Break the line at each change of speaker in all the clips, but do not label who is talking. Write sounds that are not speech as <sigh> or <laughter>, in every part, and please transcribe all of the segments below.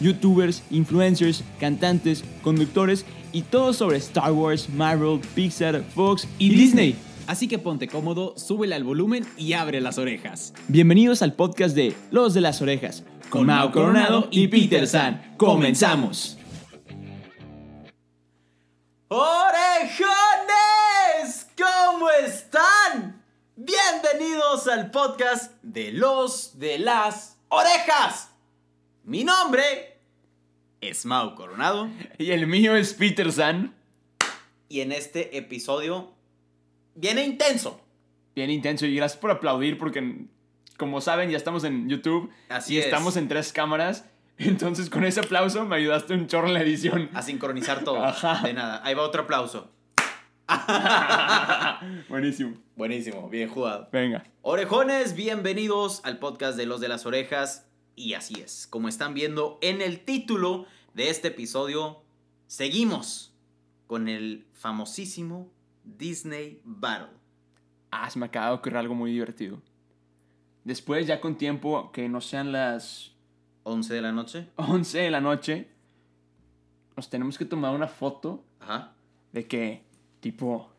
youtubers, influencers, cantantes, conductores y todo sobre Star Wars, Marvel, Pixar, Fox y, Disney.
Así que ponte cómodo, súbele al volumen y abre las orejas.
Bienvenidos al podcast de Los de las Orejas con Mao Coronado y Peter San. Comenzamos.
¡Orejones! ¿Cómo están? Bienvenidos al podcast de los de las orejas. Mi nombre es Mau Coronado
Y el mío es Peter San.
y en este episodio viene intenso.
Bien intenso y gracias por aplaudir porque como saben ya estamos en YouTube
Así
y
es.
estamos en tres cámaras. <laughs> Entonces con ese aplauso me ayudaste un chorro en la edición.
A sincronizar todo.
Ajá.
De nada. Ahí va otro
<laughs>
aplauso. Ah.
Buenísimo.
Buenísimo, bien jugado.
Venga.
Orejones, bienvenidos al podcast de los de las orejas. Y así es, como están viendo en el título de este episodio, seguimos con el famosísimo Disney Battle.
Ah, se me acaba de ocurrir algo muy divertido. Después ya con tiempo que no sean las
11 de la noche.
11 de la noche, nos tenemos que tomar una foto
Ajá.
de que tipo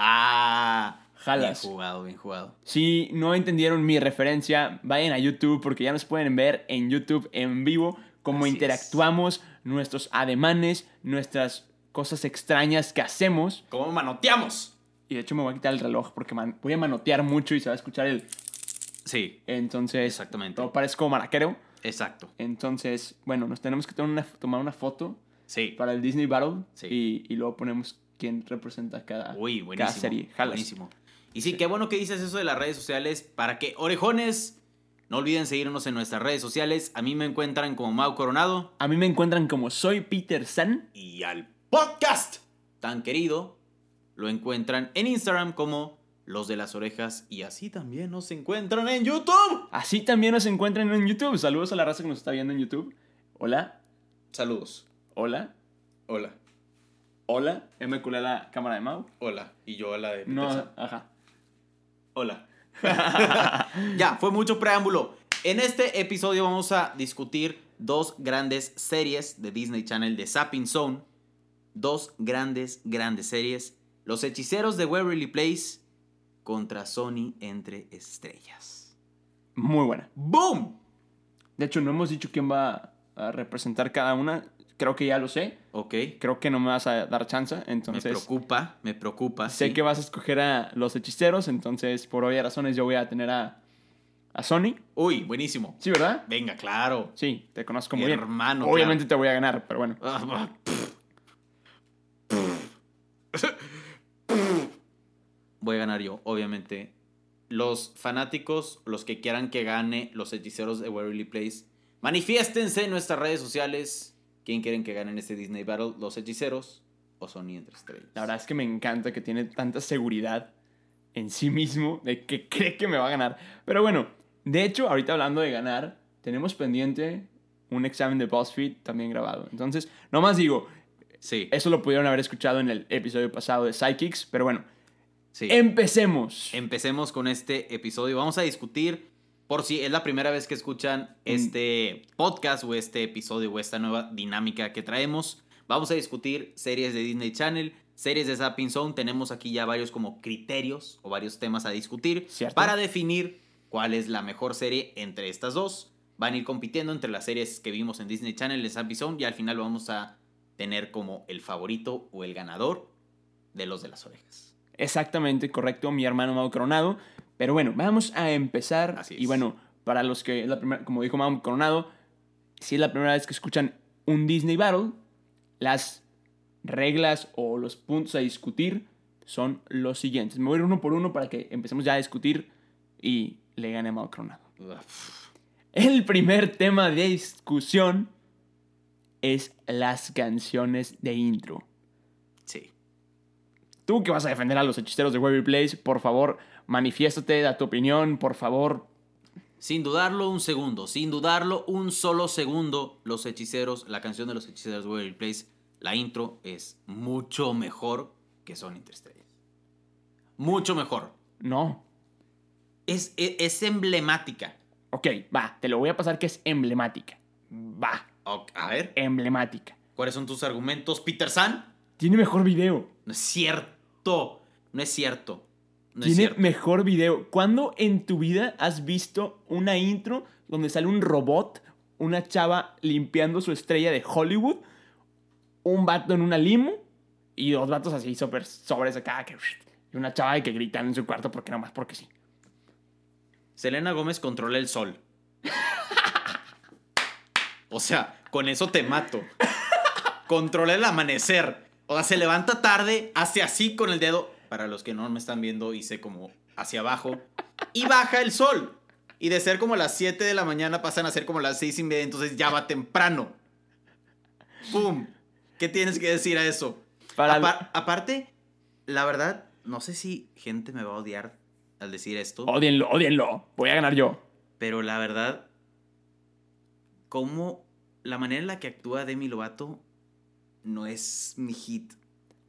Ah,
Jalas.
Bien jugado, bien jugado.
Si no entendieron mi referencia, vayan a YouTube porque ya nos pueden ver en YouTube en vivo cómo
Así es.
interactuamos, nuestros ademanes, nuestras cosas extrañas que hacemos.
¿Cómo manoteamos?
Y de hecho me voy a quitar el reloj porque man- voy a manotear mucho y se va a escuchar el...
Sí,
Entonces...
Exactamente.
No parezco maraquero.
exacto.
Entonces, bueno, nos tenemos que tomar una, tomar una foto
Sí.
para el Disney Battle
Sí.
y, y luego ponemos quién representa cada,
Uy,
Ah, cada
buenísimo.
serie. Jalas.
Buenísimo. Y sí, qué bueno que dices eso de las redes sociales para que orejones no olviden seguirnos en nuestras redes sociales. A mí me encuentran como Mau Coronado
A mí me encuentran como soy Peter San.
y al podcast tan querido lo encuentran en Instagram como Los de las Orejas y así también nos encuentran en YouTube.
Así también nos encuentran en YouTube. Saludos a la raza que nos está viendo en YouTube. Hola,
Saludos.
hola,
Hola.
hola. Ya me culé la cámara de Mau.
Hola. Y yo a la de
No, ajá.
Hola. <laughs> ya, fue mucho preámbulo. En este episodio vamos a discutir dos grandes series de Disney Channel de Zapping Zone. Dos grandes, grandes series. Los hechiceros de Waverly Place contra Sony entre estrellas.
Muy buena.
¡Boom!
De hecho, no hemos dicho quién va a representar cada una. Creo que ya lo sé.
Ok.
Creo que no me vas a dar chance.
Me
Entonces,
preocupa, me preocupa.
sé
sí.
que vas a escoger a los hechiceros. Entonces, por obvias razones, yo voy a tener a, a Sony.
Uy, buenísimo.
Sí, ¿verdad?
Venga, claro.
Sí, te conozco muy bien.
Hermano,
Obviamente te voy a ganar, pero bueno.
Ah, pff. <laughs> Voy a ganar yo, obviamente. Los fanáticos, los que quieran que gane los hechiceros de Waverly Place, manifiéstense en nuestras redes sociales. ¿Quién quieren que gane en este Disney Battle? ¿Los hechiceros o Sony entre estrellas?
La verdad es que me encanta que tiene tanta seguridad en sí mismo de que <laughs> cree que me va a ganar. Pero bueno, de hecho, ahorita hablando de ganar, tenemos pendiente un examen de BuzzFeed también grabado. Entonces, nomás digo,
Sí,
eso lo pudieron haber escuchado en el episodio pasado de Psychics, pero bueno,
sí. Em-
empecemos.
Empecemos con este episodio. Vamos a discutir, por si es la primera vez que escuchan este podcast o este episodio o esta nueva dinámica que traemos, vamos a discutir series de Disney Channel, series de Zapping Zone. Tenemos aquí ya varios como criterios o varios temas a discutir
Cierto.
para definir cuál es la mejor serie entre estas dos. Van a ir compitiendo entre las series que vimos en Disney Channel, en Zapping Zone, y al final vamos a tener como el favorito o el ganador de los de las orejas.
Exactamente, correcto, mi hermano Mau Coronado. Pero bueno, vamos a empezar.
Así
Y
es.
bueno, para los que, es la primera, como dijo Mau Coronado, si es la primera vez que escuchan un Disney Battle, las reglas o los puntos a discutir son los siguientes. Me voy a ir uno por uno para que empecemos ya a discutir y le gane a Mau Coronado. El primer tema de discusión es las canciones de intro.
Sí.
Tú que vas a defender a los hechiceros de Waverly Place, por favor, manifiéstate, da tu opinión, por favor.
Sin dudarlo un segundo, sin dudarlo un solo segundo, los hechiceros, la canción de los hechiceros de Waverly Place, la intro es mucho mejor que Son Interstellar. Mucho mejor.
No.
Es, es, es emblemática.
Ok, va, te lo voy a pasar que es emblemática. Va,
Ok, A ver,
emblemática.
¿cuáles son tus argumentos, Peter San?
Tiene mejor video.
No es cierto. No es cierto. No es
Tiene
cierto.
mejor video. ¿Cuándo en tu vida has visto una intro donde sale un robot, una chava limpiando su estrella de Hollywood, un vato en una limo y dos vatos así súper sobres acá que y una chava de que gritan en su cuarto porque nomás porque sí?
Selena Gómez controla el sol. O sea, con eso te mato. Controla el amanecer. O sea, se levanta tarde, hace así con el dedo. Para los que no me están viendo, hice como hacia abajo. Y baja el sol. Y de ser como las 7 de la mañana pasan a ser como las 6 y media. Entonces ya va temprano. ¡Pum! ¿Qué tienes que decir a eso?
Para
Apar- aparte, la verdad, no sé si gente me va a odiar al decir esto.
Odienlo, odienlo. Voy a ganar yo.
Pero la verdad, como la manera en la que actúa Demi Lovato no es mi hit.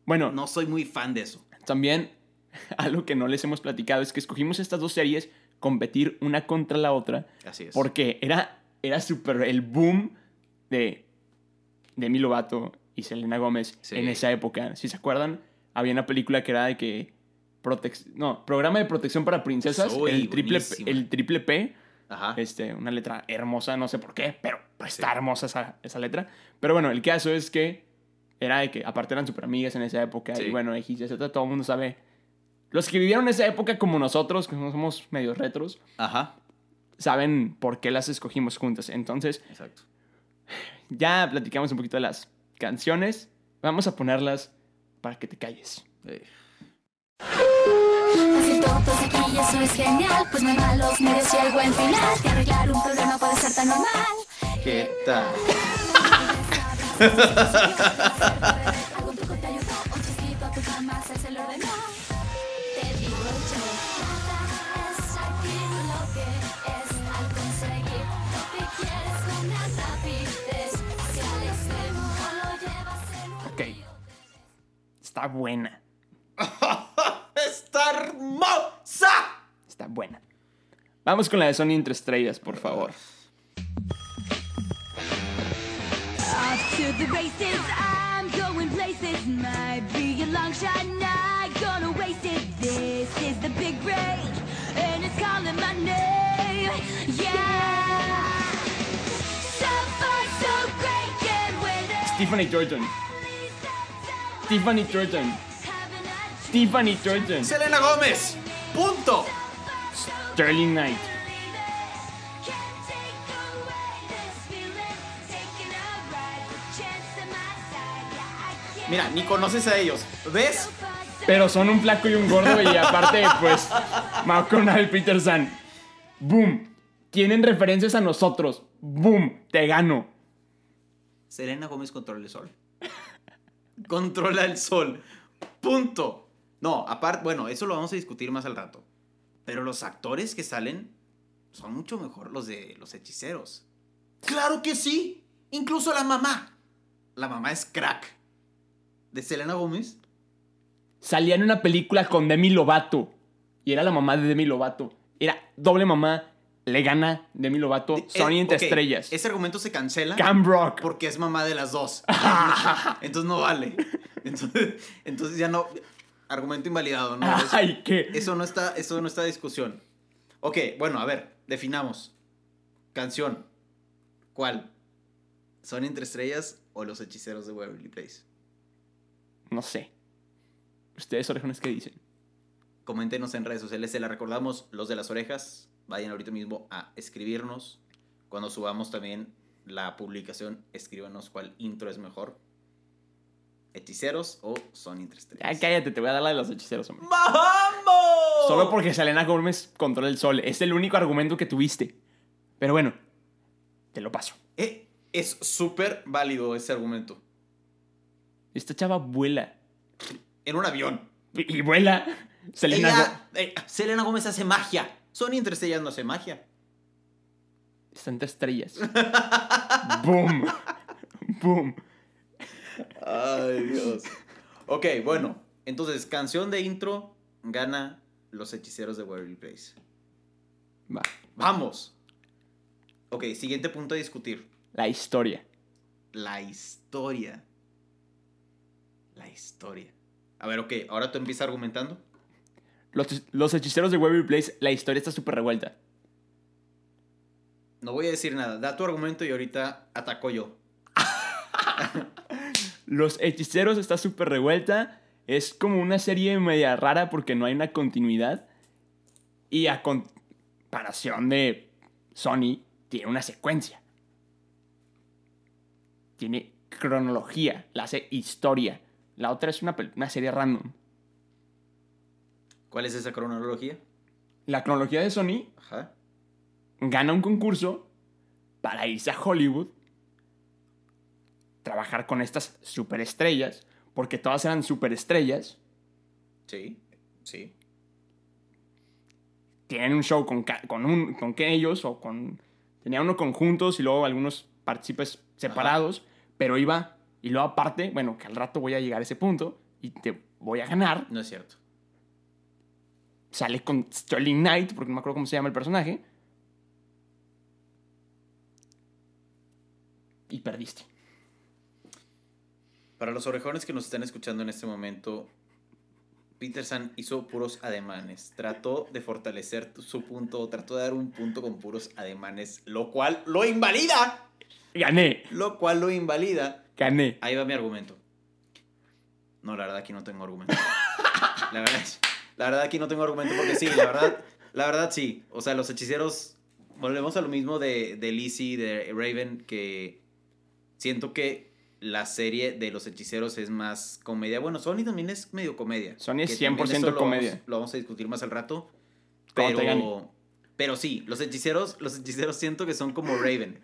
Bueno,
No soy muy fan de eso.
También, <laughs> algo que no les hemos platicado es que escogimos estas dos series competir una contra la otra
Así es.
porque era, era súper el boom de Demi Lovato y Selena Gómez
Sí.
en esa época. Si se acuerdan, había una película que era de que... protec- no, programa de protección para princesas,
Uy,
el triple, P-
buenísima.
el triple P,
Ajá.
este, una letra hermosa, no sé por qué, pero pues,
Sí.
está hermosa esa, esa letra. Pero bueno, el caso es que era de que, aparte eran super amigas en esa época,
Sí.
y bueno, X, Y, Z, todo el mundo sabe. Los que vivieron esa época como nosotros, que no somos medio retros,
Ajá.
saben por qué las escogimos juntas. Entonces,
Exacto.
ya platicamos un poquito de las canciones, vamos a ponerlas para que te calles.
Decir todos aquí y eso es genial, pues no hay malos medios y el buen final. Que arreglar un problema puede ser tan normal.
¿Qué tal?
Algún truco te ayudó, un chistito a tu mamá se se lo ordenó. Te digo yo, nada es aquí lo que es al conseguir lo que quieres con rapidez. Si al extremo lo llevas en un
Ok. Está buena,
¡Está hermosa!
está buena. Vamos con la de Sony entre estrellas, por favor.
Off to the races, I'm going places. Might be a long shot, not gonna waste it. This is the big break, and it's calling my name. Yeah. So far, so great, can win
Ah.
it.
Tiffany Turton. Tiffany Turton. Tiffany Turton.
Selena Gómez. Punto.
Sterling Knight.
Mira, ni conoces a ellos. ¿Ves?
Pero son un flaco y un gordo y aparte, pues, McConnell Peterson. Boom. Tienen referencias a nosotros. Boom. Te gano.
Selena Gómez controla el sol. <laughs> controla el sol. Punto. No, aparte, bueno, eso lo vamos a discutir más al rato. Pero los actores que salen son mucho mejor los de los hechiceros. Claro que sí. Incluso la mamá. La mamá es crack. De Selena Gómez.
Salía en una película con Demi Lovato. Y era la mamá de Demi Lovato. Era doble mamá. Le gana Demi Lovato. Sony
Eh,
entre
ok,
estrellas.
Ese argumento se cancela.
Oh, Cam Rock.
Porque es mamá de las dos. entonces no vale. Entonces, entonces ya no. Argumento invalidado,
<laughs>
¿no? Es-
Ay, qué.
Eso no está, eso no está a discusión. Ok, bueno, a ver, definamos. Canción. ¿Cuál? ¿Son entre estrellas o los hechiceros de Waverly Place?
No sé. Ustedes, orejones, ¿qué dicen?
Coméntenos en redes sociales, se la recordamos, los de las orejas, vayan ahorita mismo a escribirnos. Cuando subamos también la publicación, escríbanos cuál intro es mejor. ¿Hechiceros o son entre
Ya
estrellas?
cállate, te voy a dar la de los hechiceros, hombre.
¡Vamos!
Solo porque Selena Gómez controla el sol. Es el único argumento que tuviste. Pero bueno, te lo paso.
Eh, Es súper válido ese argumento.
Esta chava vuela.
En un avión.
Y, y vuela. Selena. Go-
Ella- eh, Selena Gómez hace magia. Sony entre estrellas no hace magia.
Santas estrellas. <laughs> Boom. Boom.
Ay, Dios. <laughs> Ok, bueno. Entonces, canción de intro gana Los Hechiceros de Waverly Place.
Va.
¡Vamos! Ok, siguiente punto a discutir.
La historia.
La historia. La historia. A ver, ok, ahora tú empiezas argumentando.
Los, los hechiceros de Waverly Place, la historia está súper revuelta.
No voy a decir nada. Da tu argumento y ahorita ataco yo.
Los hechiceros está súper revuelta. Es como una serie media rara porque no hay una continuidad. Y a comparación de Sony, tiene una secuencia. Tiene cronología, la hace historia. La otra es una, pel- una serie random.
¿Cuál es esa cronología?
La cronología de Sony
Ajá.
gana un concurso para irse a Hollywood, trabajar con estas superestrellas, porque todas eran superestrellas.
Sí, sí.
tienen un show con, ca- con, un, con que ellos o con... Tenía uno conjuntos y luego algunos partícipes separados, pero iba... Y luego aparte, bueno, que al rato voy a llegar a ese punto y te voy a ganar.
No es cierto.
Sale con Sterling Knight, porque no me acuerdo cómo se llama el personaje. Y perdiste.
Para los orejones que nos están escuchando en este momento, Peterson hizo puros ademanes. Trató de fortalecer tu- su punto, trató de dar un punto con puros ademanes, lo cual lo invalida.
Gané,
Lo cual lo invalida.
gané.
Ahí va mi argumento. No, la verdad aquí no tengo argumento. <laughs> La verdad, la verdad aquí no tengo argumento porque sí, la verdad, la verdad sí. O sea, los hechiceros, volvemos a lo mismo de, de Lizzie, de Raven, que siento que la serie de los hechiceros es más comedia. Bueno, Sony también es medio comedia.
Sony es
que también
100%
eso lo
comedia.
vamos- lo vamos a discutir más al rato.
Cuando te
Pero, pero sí, los hechiceros, los hechiceros siento que son como Raven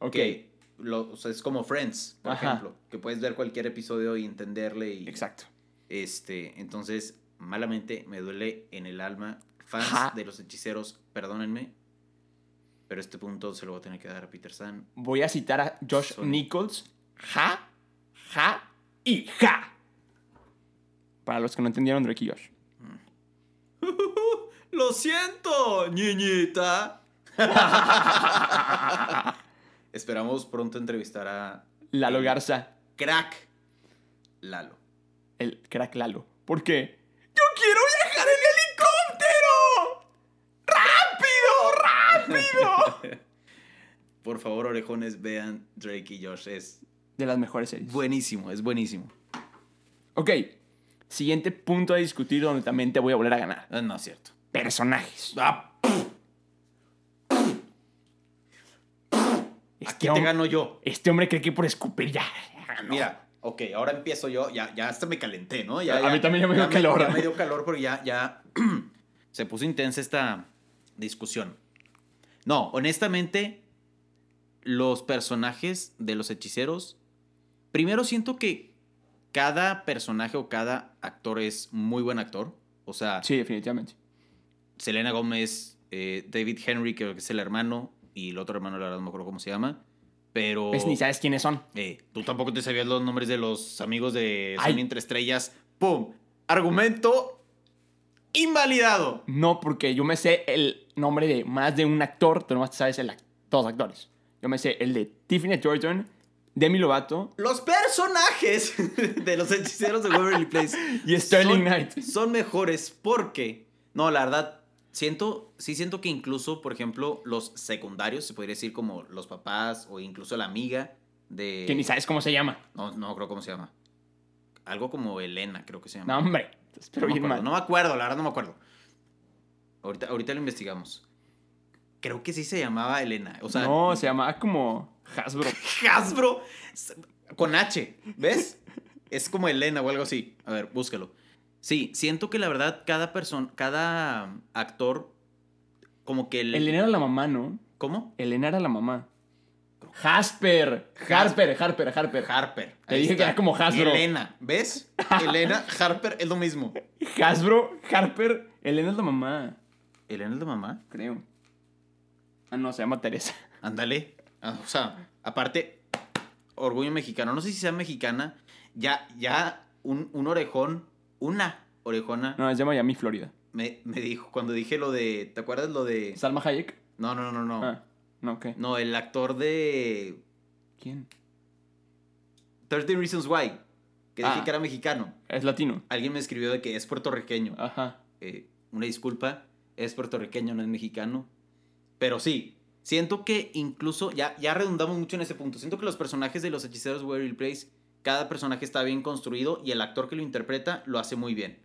Ok,
que lo- o sea, es como Friends, por
Ajá.
ejemplo, que puedes ver cualquier episodio y entenderle y
exacto.
este, entonces malamente me duele en el alma fans
Ajá.
de los hechiceros, perdónenme, pero este punto se lo voy a tener que dar a Peter San.
Voy a citar a Josh
Sony.
Nichols. Ja, ja y ja. Para los que no entendieron, Drake y Josh.
Lo siento, niñita. <laughs> Esperamos pronto entrevistar a
Lalo Garza,
Crack Lalo.
el crack Lalo. ¿Por qué? ¡Yo quiero viajar en helicóptero! ¡Rápido, rápido!
Por favor, orejones, vean Drake y Josh. Es
De las mejores series.
buenísimo, es buenísimo.
Ok, siguiente punto a discutir donde también te voy a volver a ganar.
Ah, No es cierto.
Personajes.
Ah,
Este,
Aquí te
hom-
gano yo.
este hombre cree que por escupir ya. Ah, ya ganó.
Mira, ok, ahora empiezo yo. Ya, ya hasta me calenté, ¿no? Ya,
A mí también ya me dio calor.
Ya me dio calor porque ya, ya <clears throat> se puso intensa esta discusión. No, honestamente, los personajes de los hechiceros. Primero siento que cada personaje o cada actor es muy buen actor. O sea,
Sí, definitivamente.
Selena Gómez, eh, David Henry, creo que es el hermano, y el otro hermano, la verdad, no me acuerdo cómo se llama. Pero.
Pues ni sabes quiénes son.
Eh, tú tampoco te sabías los nombres de los amigos de Sony
Ay.
Entre Estrellas. ¡Pum! Argumento invalidado.
No, porque yo me sé el nombre de más de un actor, tú nomás te sabes el act- todos los actores. Yo me sé el de Tiffany Thornton, Demi Lovato
Los personajes <laughs> de los hechiceros de Waverly Place
y Sterling
son,
Knight.
son mejores porque. No, la verdad, siento. Sí, siento que incluso, por ejemplo, los secundarios, se podría decir como los papás o incluso la amiga de.
Que ni sabes cómo se llama.
No, no creo cómo se llama. Algo como Elena, creo que se llama.
No, hombre. Pero
no, me
bien
acuerdo,
mal.
no me acuerdo, la verdad no me acuerdo. Ahorita, ahorita lo investigamos. Creo que sí se llamaba Elena. O sea,
no, se llamaba como Hasbro.
Hasbro s- con H,
<laughs>
¿ves? es como Elena o algo así. A ver, búscalo. Sí, siento que la verdad cada persona, cada actor, como que el...
Elena era la mamá, ¿no?
¿Cómo?
Elena era la mamá.
Creo
Hasper. Harper, Harper, Harper.
Harper.
Te
Ahí
dije que
está.
era como Hasbro.
Elena, ¿ves?
<laughs>
Elena, Harper es lo mismo.
Hasbro, Harper. Elena es la mamá,
¿Elena es la mamá?
creo. Ah, no, se llama Teresa.
Ándale. Ah, o sea, aparte, orgullo mexicano. No sé si sea mexicana. Ya, ya, un, un orejón, una orejona
No, se llama Miami, Florida.
me, me dijo cuando dije lo de. ¿Te acuerdas lo de.?
Salma Hayek.
No, no, no, no. No,
Ah, no, ¿qué?
no el actor de
¿Quién?
13 Reasons Why, que dije
Ah.
que era mexicano.
Es latino.
Alguien me escribió de que es puertorriqueño.
Ajá.
Eh, una disculpa, es puertorriqueño, no es mexicano. Pero sí, siento que incluso, ya, ya redundamos mucho en ese punto, siento que los personajes de los hechiceros Waverly Place, cada personaje está bien construido y el actor que lo interpreta lo hace muy bien.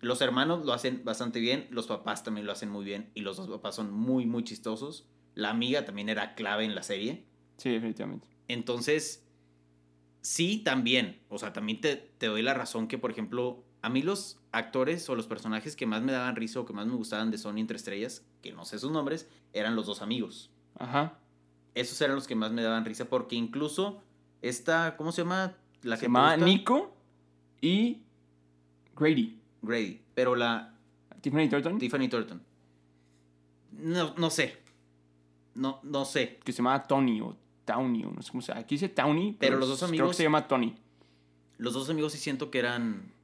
Los hermanos lo hacen bastante bien, los papás también lo hacen muy bien y los dos papás son muy, muy chistosos. La amiga también era clave en la serie.
Sí, definitivamente.
Entonces, sí, también. O sea, también te, te doy la razón que, por ejemplo, a mí los actores o los personajes que más me daban risa o que más me gustaban de Sony entre estrellas, que no sé sus nombres, eran los dos amigos.
Ajá.
Esos eran los que más me daban risa porque incluso esta, ¿cómo se llama? La
Se
te
llamaba
gusta?
Nico y Grady.
Grady, pero la
Tiffany Turton.
Tiffany Turton. No, no sé. No, no sé.
que se llamaba Tony o Towny o no sé cómo se llama. Aquí dice Towny,
Pero los dos
Creo que
amigos-
se llama Tony.
Los dos amigos sí siento que eran...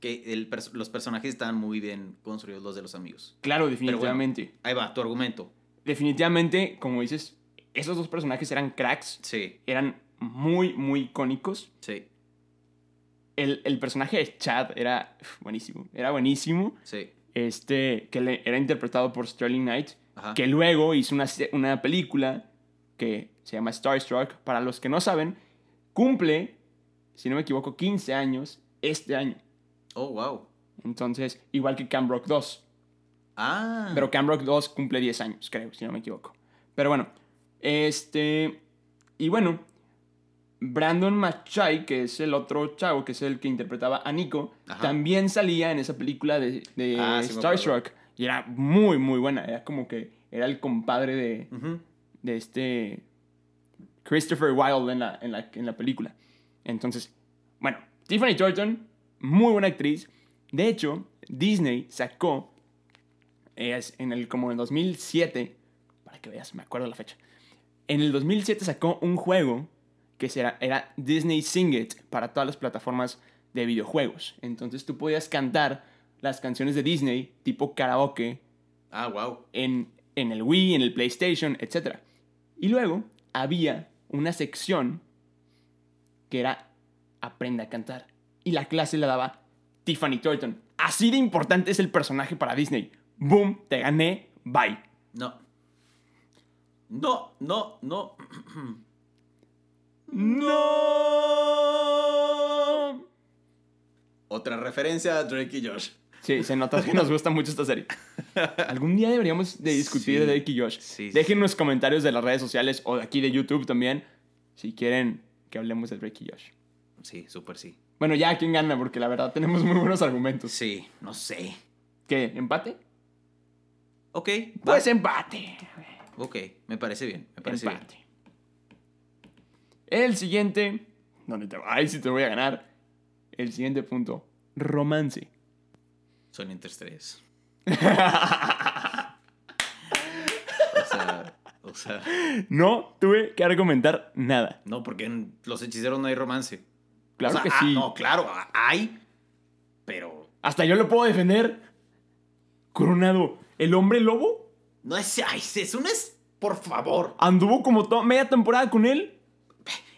Que el pers- los personajes estaban muy bien construidos los de los amigos.
Claro, definitivamente.
Ahí va, tu argumento.
Definitivamente, como dices, esos dos personajes eran cracks.
Sí,
Eran muy, muy icónicos.
sí,
El, el personaje de Chad era uf, buenísimo. Era buenísimo.
sí.
Este, que le- era interpretado por Sterling Knight.
Ajá.
que luego hizo una, se- una película que se llama Starstruck. Para los que no saben, cumple, si no me equivoco, 15 años este año.
Oh, wow.
Entonces, igual que Camp Rock 2.
Ah.
Pero Camp Rock 2 cumple 10 años, creo, si no me equivoco. Pero bueno, este... Y bueno, Brandon Machai, que es el otro chavo, que es el que interpretaba a Nico,
Ajá.
también salía en esa película de, de
Ah, sí me acuerdo.
Starstruck. Y era muy, muy buena. Era como que era el compadre de,
Ujú.
de este Christopher Wilde en la, en la, en la película. Entonces, bueno, Tiffany Turton, muy buena actriz. De hecho, Disney sacó eh, es- en el como en 2007, para que veas, me acuerdo la fecha. En el 2007 sacó un juego que será, era Disney Sing It para todas las plataformas de videojuegos. Entonces tú podías cantar las canciones de Disney tipo karaoke
Ah, wow.
en, en el Wii, en el PlayStation, etc. Y luego había una sección que era Aprenda a cantar. Y la clase la daba Tiffany Turton. Así de importante es el personaje para Disney. Boom, te gané, bye.
No. No, no, no.
¡No!
Otra referencia a Drake y Josh.
Sí, se nota que nos gusta mucho esta serie. Algún día deberíamos de
Sí,
discutir de Drake y Josh.
sí, sí.
Déjennos comentarios de las redes sociales o de aquí de YouTube también si quieren que hablemos de Drake y Josh.
Sí, súper sí.
Bueno, ya quién gana, porque la verdad tenemos muy buenos argumentos.
Sí, no sé.
¿Qué? ¿Empate?
Ok. va. Pues
Pues empate.
Ok, me parece bien. Me parece bien.
Empate. El siguiente. ¿Dónde te va? Ay, sí te voy a ganar. El siguiente punto. Romance.
Son entre
<laughs>
tres. o sea, o sea.
No tuve que argumentar nada.
No, porque en los hechiceros no hay romance.
Claro
O sea,
que
ah,
sí.
no, claro, ah, hay. Pero.
Hasta yo lo puedo defender. Coronado, el hombre lobo
No es. Ay, es un es. Por favor.
anduvo como toda media temporada con él,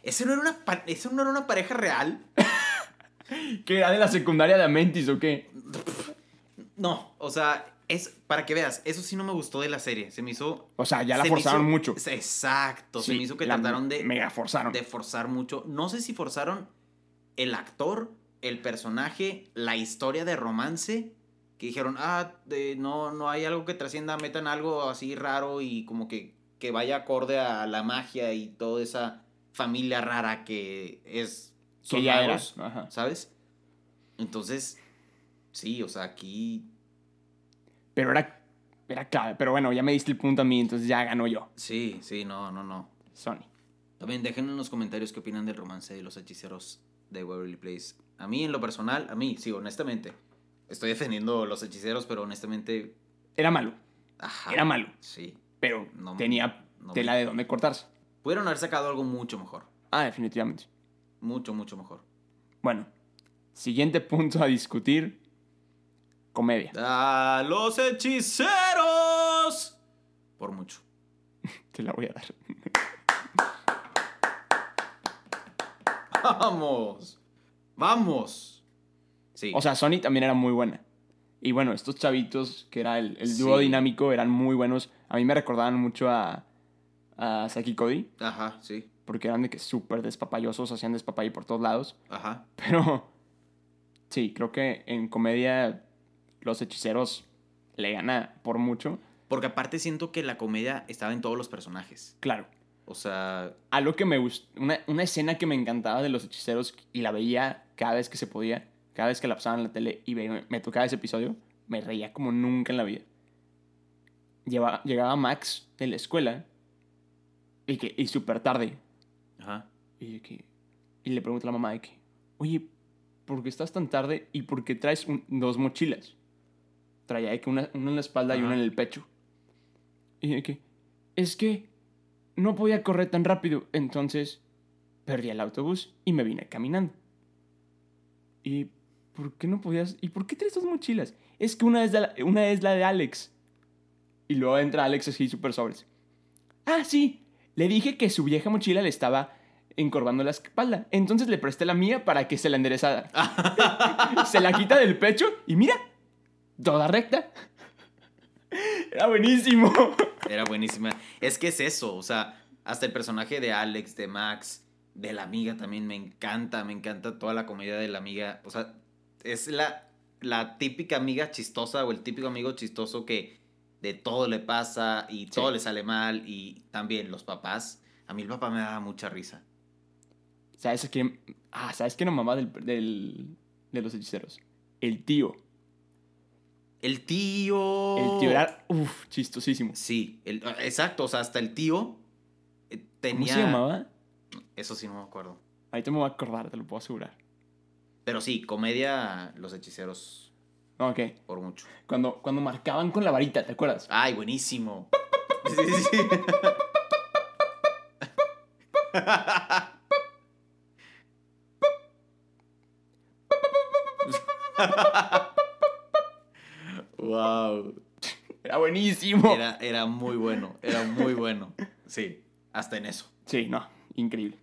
¿Eso no era una, pa- eso no era una pareja real?
que era de la secundaria de Amentis o qué.
No, o sea, es para que veas, eso sí no me gustó de la serie. Se me hizo.
O sea, ya la
se me
forzaron
hizo-
mucho.
se- Exacto, se
Sí,
me hizo que
la
trataron de,
Mega forzaron.
de forzar mucho. No sé si forzaron el actor, el personaje, la historia de romance. Que dijeron, ah, de- no, no hay algo que trascienda, metan algo así raro y como que, que vaya acorde a la magia y toda esa familia rara que es.
que
son
ya
magos.
eras. Ajá.
¿Sabes? Entonces, sí, o sea, aquí
Pero era, era clave. Pero bueno, ya me diste el punto a mí, entonces ya ganó yo.
Sí, sí, no, no, no.
Sony.
También dejen en los comentarios qué opinan del romance de los hechiceros de Waverly Place. A mí, en lo personal, a mí, sí, honestamente. Estoy defendiendo los hechiceros, pero honestamente.
Era malo,
Ajá.
Era malo.
Sí.
pero
Ah. No,
tenía
no.
tela de dónde cortarse.
Pudieron haber sacado algo mucho mejor.
Ah, definitivamente.
Mucho, mucho mejor.
Bueno, siguiente punto a discutir. Comedia.
¡A los hechiceros! Por mucho. <laughs>
Te la voy a dar.
¡Vamos! ¡Vamos! Sí.
O sea, Sony también era muy buena. Y bueno, estos chavitos, que era el, el dúo
Sí.
dinámico, eran muy buenos. A mí me recordaban mucho a, a Saki y Cody,
Ajá, sí.
porque eran de que súper despapallosos, hacían despapalle por todos lados.
Ajá.
Pero sí, creo que en comedia los hechiceros le gana por mucho.
Porque aparte siento que la comedia estaba en todos los personajes.
Claro.
O sea,
Algo que me gustó, una, una escena que me encantaba de los hechiceros y la veía cada vez que se podía, cada vez que la pasaban en la tele y ve- me tocaba ese episodio, me reía como nunca en la vida. Lleva- llegaba Max de la escuela y, que- y súper tarde.
ajá.
Y, de que- y le pregunto a la mamá de que, oye, ¿por qué estás tan tarde y por qué traes un- dos mochilas? Traía de que una, una en la espalda y
Ajá.
una en el pecho. Y de que, es que no podía correr tan rápido, entonces perdí el autobús y me vine caminando. ¿Y por qué no podías? ¿Y por qué traes dos mochilas? Es que una es la, una es la de Alex. Y luego entra Alex así súper sobres. Ah, sí. Le dije que su vieja mochila le estaba encorvando la espalda. Entonces le presté la mía para que se la enderezara. se la quita del pecho y mira, toda recta. Era buenísimo.
Era buenísima. Es que es eso, o sea, hasta el personaje de Alex, de Max, de la amiga también me encanta, me encanta toda la comedia de la amiga. O sea, es la, la típica amiga chistosa o el típico amigo chistoso que de todo le pasa y todo le sale mal y también los papás. A mí el papá me daba mucha risa.
¿Sabes qué? Ah, ¿sabes qué no mamá del, del- de los hechiceros? El tío.
El tío.
El tío era, uff, chistosísimo.
Sí, el- exacto, o sea, hasta el tío eh,
¿Cómo
tenía...
se llamaba?
Eso sí no me acuerdo.
Ahorita me voy a acordar, te lo puedo asegurar.
Pero sí, comedia, los hechiceros,
Ok,
por mucho.
cuando, cuando marcaban con la varita, ¿te acuerdas?
Ay, buenísimo. <laughs> Sí, sí, sí. wow.
Era
<laughs>
buenísimo.
Era, era muy bueno, era muy bueno. Sí, hasta en eso.
Sí, no, increíble.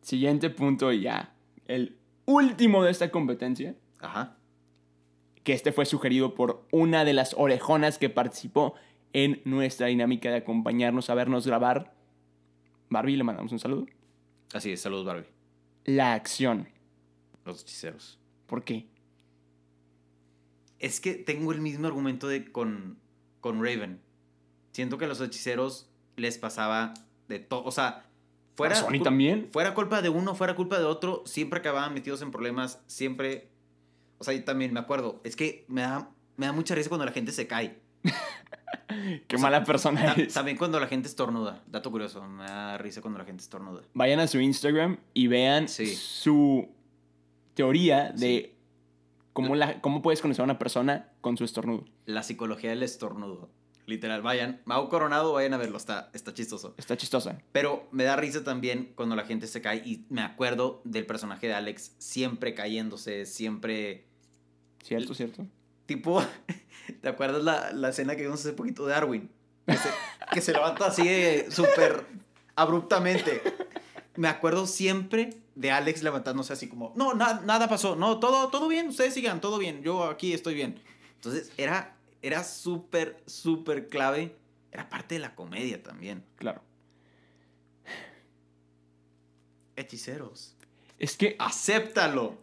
Siguiente punto y ya. El último de esta competencia,
Ajá.
que este fue sugerido por una de las orejonas que participó en nuestra dinámica de acompañarnos a vernos grabar. Barbie, le mandamos un saludo.
Así es, saludos Barbie.
La acción.
Los hechiceros.
¿Por qué?
Es que tengo el mismo argumento de con, con Raven. Siento que a los hechiceros les pasaba de todo. O sea, fuera.
¿A Sony
cul-
también?
Fuera culpa de uno, fuera culpa de otro, siempre acababan metidos en problemas, siempre. O sea, yo también me acuerdo. Es que me da, me da mucha risa cuando la gente se cae.
Qué mala
<laughs>
persona
Ta-
<laughs> es.
también cuando la gente estornuda. Dato curioso, me da risa cuando la gente estornuda.
Vayan a su Instagram y vean
Sí.
su teoría
Sí.
de cómo, la, cómo puedes conocer a una persona con su estornudo.
La psicología del estornudo. Literal, vayan. Mau Coronado, vayan a verlo, está, está chistoso.
Está chistosa.
Pero me da risa también cuando la gente se cae y me acuerdo del personaje de Alex siempre cayéndose, siempre...
¿Cierto, cierto?
Tipo, <laughs> ¿te acuerdas la, la escena que vimos hace poquito de Darwin? Que se, que se levanta así de súper abruptamente. Me acuerdo siempre de Alex levantándose así como, no, na- nada pasó, no, todo, todo bien, ustedes sigan, todo bien, yo aquí estoy bien. Entonces era, era súper, súper clave, era parte de la comedia también.
Claro.
Hechiceros.
Es que
Acéptalo.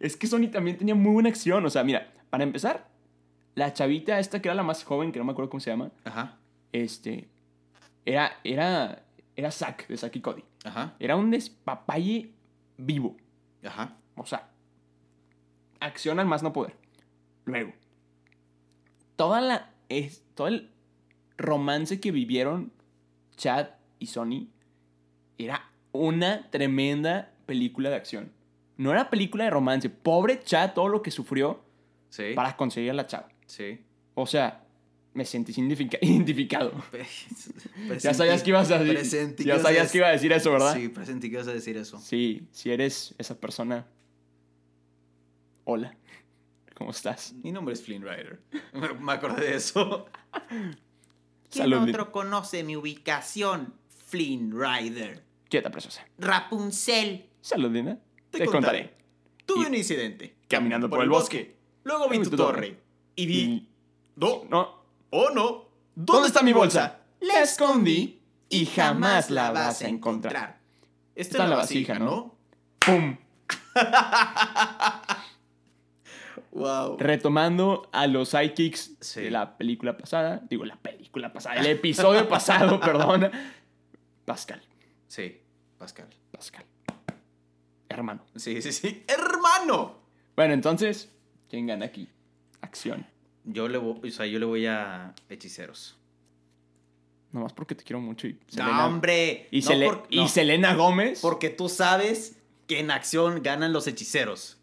Es que Sony también tenía muy buena acción. O sea, mira, para empezar, la chavita esta que era la más joven, que no me acuerdo cómo se llama,
Ajá,
este, era, era, era Zack, de Zack y Cody.
ajá,
Era un despapalle vivo.
ajá.
O sea, acción al más no poder. Luego, toda la, es, todo el romance que vivieron Chad y Sony era una tremenda película de acción. No era película de romance. Pobre Chad, todo lo que sufrió
Sí.
para conseguir a la chava.
Sí. <laughs>
O sea, me sentí significa- <laughs> identificado. Ya
Presentí-
sabías que ibas a decir.
presentí
Ya
ibas
sabías
dec-
que iba a decir eso, ¿verdad?
Sí, presentí que ibas a decir eso.
Sí, si eres esa persona. Hola. ¿Cómo estás?
Mi nombre es Flynn Rider. <laughs> Me- Me acordé de eso. ¿Quién
Salud, Lin.
otro conoce mi ubicación? Flynn Rider.
Quieta, preciosa.
Rapunzel.
Salud, Lina.
Te
Te,
contaré.
contaré.
Tuve
Y-
un incidente.
Caminando por el bosque.
Luego vi tu torre. Y vi...
Y-
No.
No.
Oh, no.
¿Dónde está mi bolsa? La escondí y jamás la vas a encontrar.
Esta
Está
es
en
la
la
vasija,
vasija,
¿no?
¡Pum!
Wow.
Retomando a los sidekicks
Sí.
de la película pasada. Digo, la película pasada. El <laughs> episodio pasado, perdona. Pascal.
Sí, Pascal.
Pascal. Hermano.
Sí, sí, sí. ¡Hermano!
Bueno, entonces, ¿quién gana aquí? Acción.
Yo le, vo- o sea, yo le voy a hechiceros.
Nomás porque te quiero mucho y
¡No, hombre!
Y,
No,
Sele-
por-
y
no,
Selena Gómez.
Porque tú sabes que en acción ganan los hechiceros.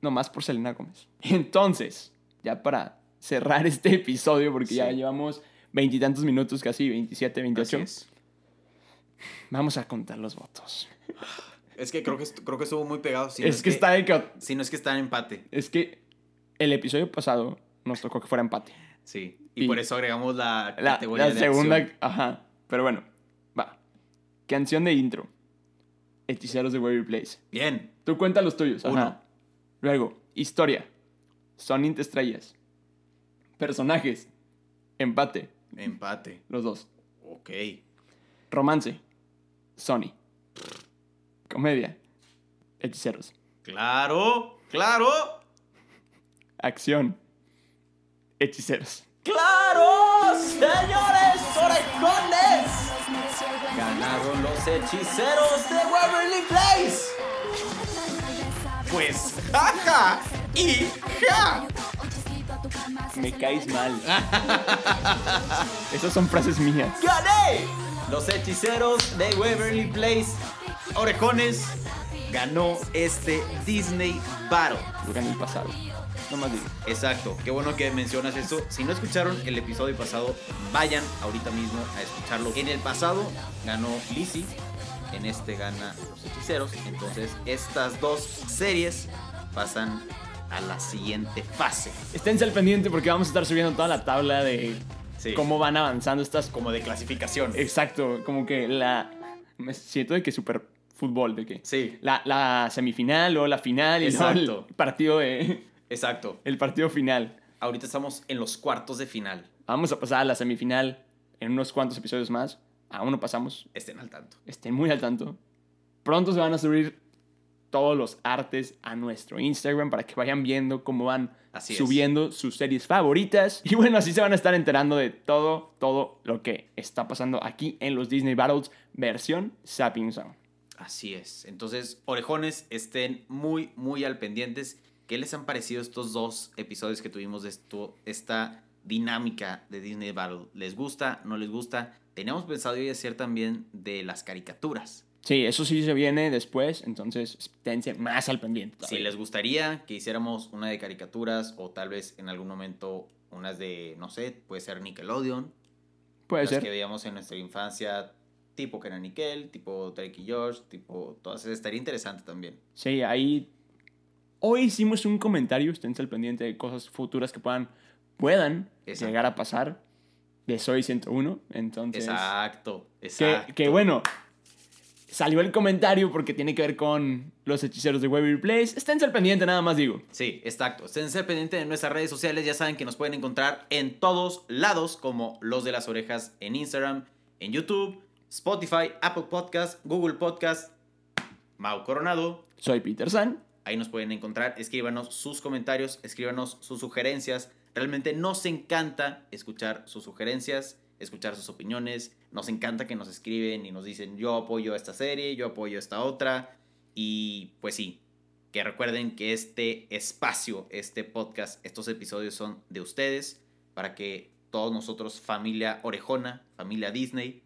Nomás por Selena Gómez. <laughs> Entonces, ya para cerrar este episodio, porque ya
Sí.
llevamos veintitantos minutos, casi 27, 28.
Así es.
Vamos a contar los votos.
Es que creo que, est- creo que estuvo muy pegado. si no
es que, está de ca-
Si no es que está en empate.
Es que el episodio pasado nos tocó que fuera empate.
Sí. Y,
Y-
por eso agregamos la,
La,
categoría
la
de
segunda.
acción.
Ajá. Pero bueno, va. Canción de intro: Hechiceros de Waverly Place.
Bien.
Tú cuenta los tuyos.
Uno.
Ajá. Luego, historia. Sonic estrellas. Personajes. Empate.
Empate.
Los dos.
Ok.
Romance. Sony. Comedia. Hechiceros.
Claro. Claro.
Acción. Hechiceros.
Claro, señores orejones. Ganaron los hechiceros de Waverly Place. Pues, jaja y ja.
Me caes mal. Esas son frases mías.
¡Gané! Los hechiceros de Waverly Place, orejones, ganó este Disney Battle.
Lo gané el pasado. No más digo.
Exacto, qué bueno que mencionas eso. Si no escucharon el episodio pasado, vayan ahorita mismo a escucharlo. En el pasado ganó Lizzie, en este gana los hechiceros. Entonces, estas dos series pasan a la siguiente fase.
Esténse al pendiente porque vamos a estar subiendo toda la tabla de
Sí.
cómo van avanzando estas
Como de clasificación.
Exacto, como que la. Me siento de que super fútbol, de que.
Sí.
La, la semifinal o la final y luego
Exacto.
el partido de. <laughs>
Exacto.
El partido final.
Ahorita estamos en los cuartos de final.
Vamos a pasar a la semifinal en unos cuantos episodios más. Aún no pasamos.
Estén al tanto.
Estén muy al tanto. Pronto se van a subir todos los artes a nuestro Instagram para que vayan viendo cómo van
Así es.
subiendo sus series favoritas. Y bueno, así se van a estar enterando de todo, todo lo que está pasando aquí en los Disney Battles versión Sapping Sound.
Así es. Entonces, orejones, estén muy, muy al pendientes. ¿Qué les han parecido estos dos episodios que tuvimos de esto, esta dinámica de Disney Battle? ¿Les gusta? ¿No les gusta? Teníamos pensado hoy hacer también de las caricaturas.
Sí, eso sí se viene después, entonces esténse más al pendiente.
Si
todavía.
les gustaría que hiciéramos una de caricaturas o tal vez en algún momento unas de, no sé, puede ser Nickelodeon,
Puede
las
ser.
que veíamos en nuestra infancia, tipo Kenan y Kel, tipo Drake y George, tipo todas esas. Estaría interesante también.
Sí, ahí. Hoy hicimos un comentario, esténse al pendiente de cosas futuras que puedan, puedan
Exacto.
llegar a pasar de Soy 101. Entonces,
Exacto,
que,
exacto.
que bueno, salió el comentario porque tiene que ver con los hechiceros de Waverly Place. Esténse al pendiente, nada más digo.
Sí, exacto. Estén al pendiente de nuestras redes sociales. Ya saben que nos pueden encontrar en todos lados, como los de las orejas en Instagram, en YouTube, Spotify, Apple Podcast, Google Podcast, Mau Coronado.
Soy Peter San.
Ahí nos pueden encontrar. Escríbanos sus comentarios, escríbanos sus sugerencias. Realmente nos encanta escuchar sus sugerencias, escuchar sus opiniones. Nos encanta que nos escriben y nos dicen yo apoyo esta serie, yo apoyo esta otra. Y pues sí, que recuerden que este espacio, este podcast, estos episodios son de ustedes para que todos nosotros, familia orejona, familia Disney,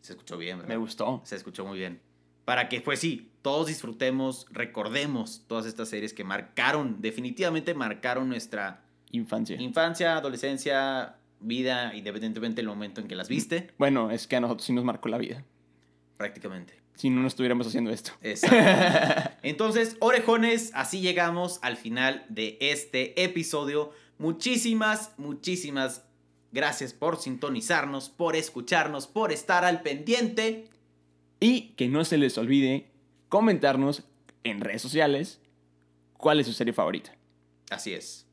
Se escuchó bien, ¿verdad?
Me gustó.
Se escuchó muy bien. Para que, pues sí, todos disfrutemos, recordemos todas estas series que marcaron, definitivamente marcaron nuestra
Infancia.
infancia, adolescencia, vida, independientemente del momento en que las viste,
bueno, es que a nosotros sí nos marcó la vida.
prácticamente.
Si no, no estuviéramos haciendo esto.
Exacto. Entonces, orejones, así llegamos al final de este episodio. Muchísimas, muchísimas gracias por sintonizarnos, por escucharnos, por estar al pendiente.
Y que no se les olvide comentarnos en redes sociales cuál es su serie favorita.
Así es.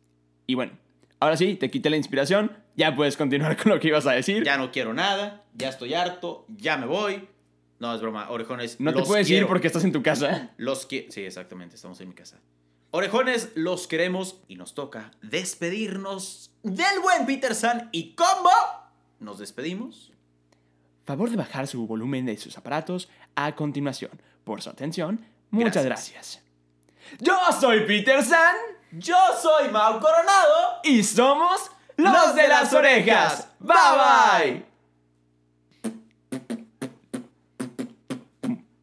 Y bueno, ahora sí, te quité la inspiración. Ya puedes continuar <laughs> con lo que ibas a decir.
Ya no quiero nada, ya estoy harto, ya me voy. No, es broma, orejones.
no te
los
puedes
quiero.
ir porque estás en tu casa.
Los que... Sí, exactamente, estamos en mi casa. Orejones, los queremos y nos toca despedirnos del buen Peter San y combo. Nos despedimos.
Favor de bajar su volumen de sus aparatos a continuación. Por su atención, muchas gracias. Yo soy Peter San
Yo soy Mau Coronado.
y somos los, de las orejas. Bye bye.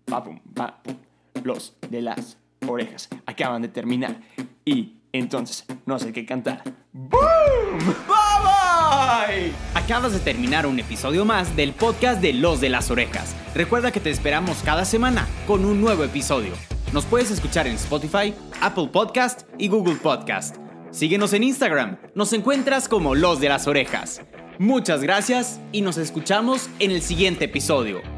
Pa, pum, pa, pum. Los de las orejas acaban de terminar. Y entonces no sé qué cantar. ¡Boom!
Bye bye.
Acabas de terminar un episodio más del podcast de Los de las Orejas. Recuerda que te esperamos cada semana con un nuevo episodio. Nos puedes escuchar en Spotify, Apple Podcast y Google Podcast. Síguenos en Instagram, nos encuentras como Los de las Orejas. Muchas gracias y nos escuchamos en el siguiente episodio.